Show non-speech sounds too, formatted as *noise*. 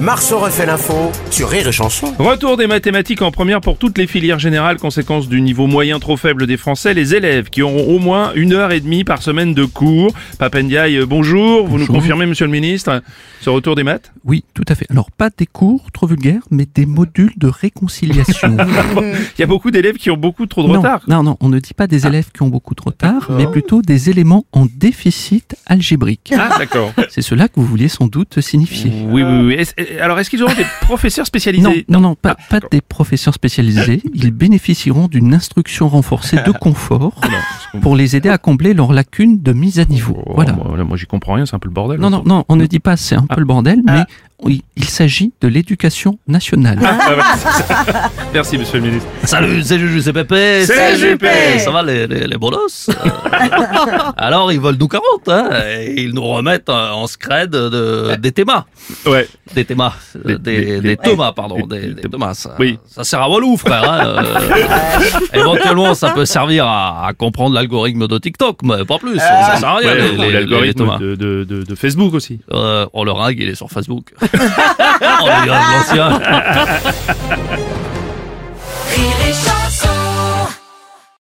Marceau refait l'info sur Rire et Chanson. Retour des mathématiques en première pour toutes les filières générales, conséquence du niveau moyen trop faible des Français, les élèves qui auront au moins une heure et demie par semaine de cours. Papendiaï, euh, bonjour. Vous nous Bonjour. confirmez, monsieur le ministre, ce retour des maths Oui, tout à fait. Alors, pas des cours trop vulgaires, mais des modules *laughs* de réconciliation. Il y a beaucoup d'élèves qui ont beaucoup trop de non, retard. non, non, on ne dit pas Ah. des élèves qui ont beaucoup de retard, mais plutôt des éléments en déficit algébrique. Ah, d'accord. *laughs* C'est cela que vous vouliez sans doute signifier. Oui, oui, oui. Est-ce- euh, alors, est-ce qu'ils auront *laughs* des professeurs Non, spécialisés non, non, pas, Ah, pas d'accord. des professeurs spécialisés. Ils bénéficieront d'une instruction renforcée de *laughs* confort pour les aider à combler leurs lacunes de mise à niveau. Oh, Voilà. Moi, là, moi, j'y comprends rien, c'est un peu le bordel. Non, non, non, on ne dit pas c'est un peu le bordel, mais oui, il s'agit de l'éducation nationale. *laughs* Ah, ouais, c'est ça. *laughs* Merci, monsieur le ministre. Salut, c'est Juju, c'est Pépé. C'est Juppé. Ça va les, les, les *laughs* bolosses Euh, Alors ils volent nous 40, hein, et ils nous remettent euh, en scred de, des thémas. Ouais. Des thémas. euh, Des- Des, des- des, des- Thomas, pardon. des- Des, des- des Thomas. Ça, Oui. ça sert à Walou, frère. hein, *laughs* euh, éventuellement, ça peut servir à, à comprendre l'algorithme de TikTok, mais pas plus. Ça Oh, sert à rien, Ouais, Ah, les- ou les- les- les L'algorithme Thomas. de, de- de- de Facebook aussi. *laughs* Euh, on le ringue, il est sur Facebook. on le ringue, l'ancien.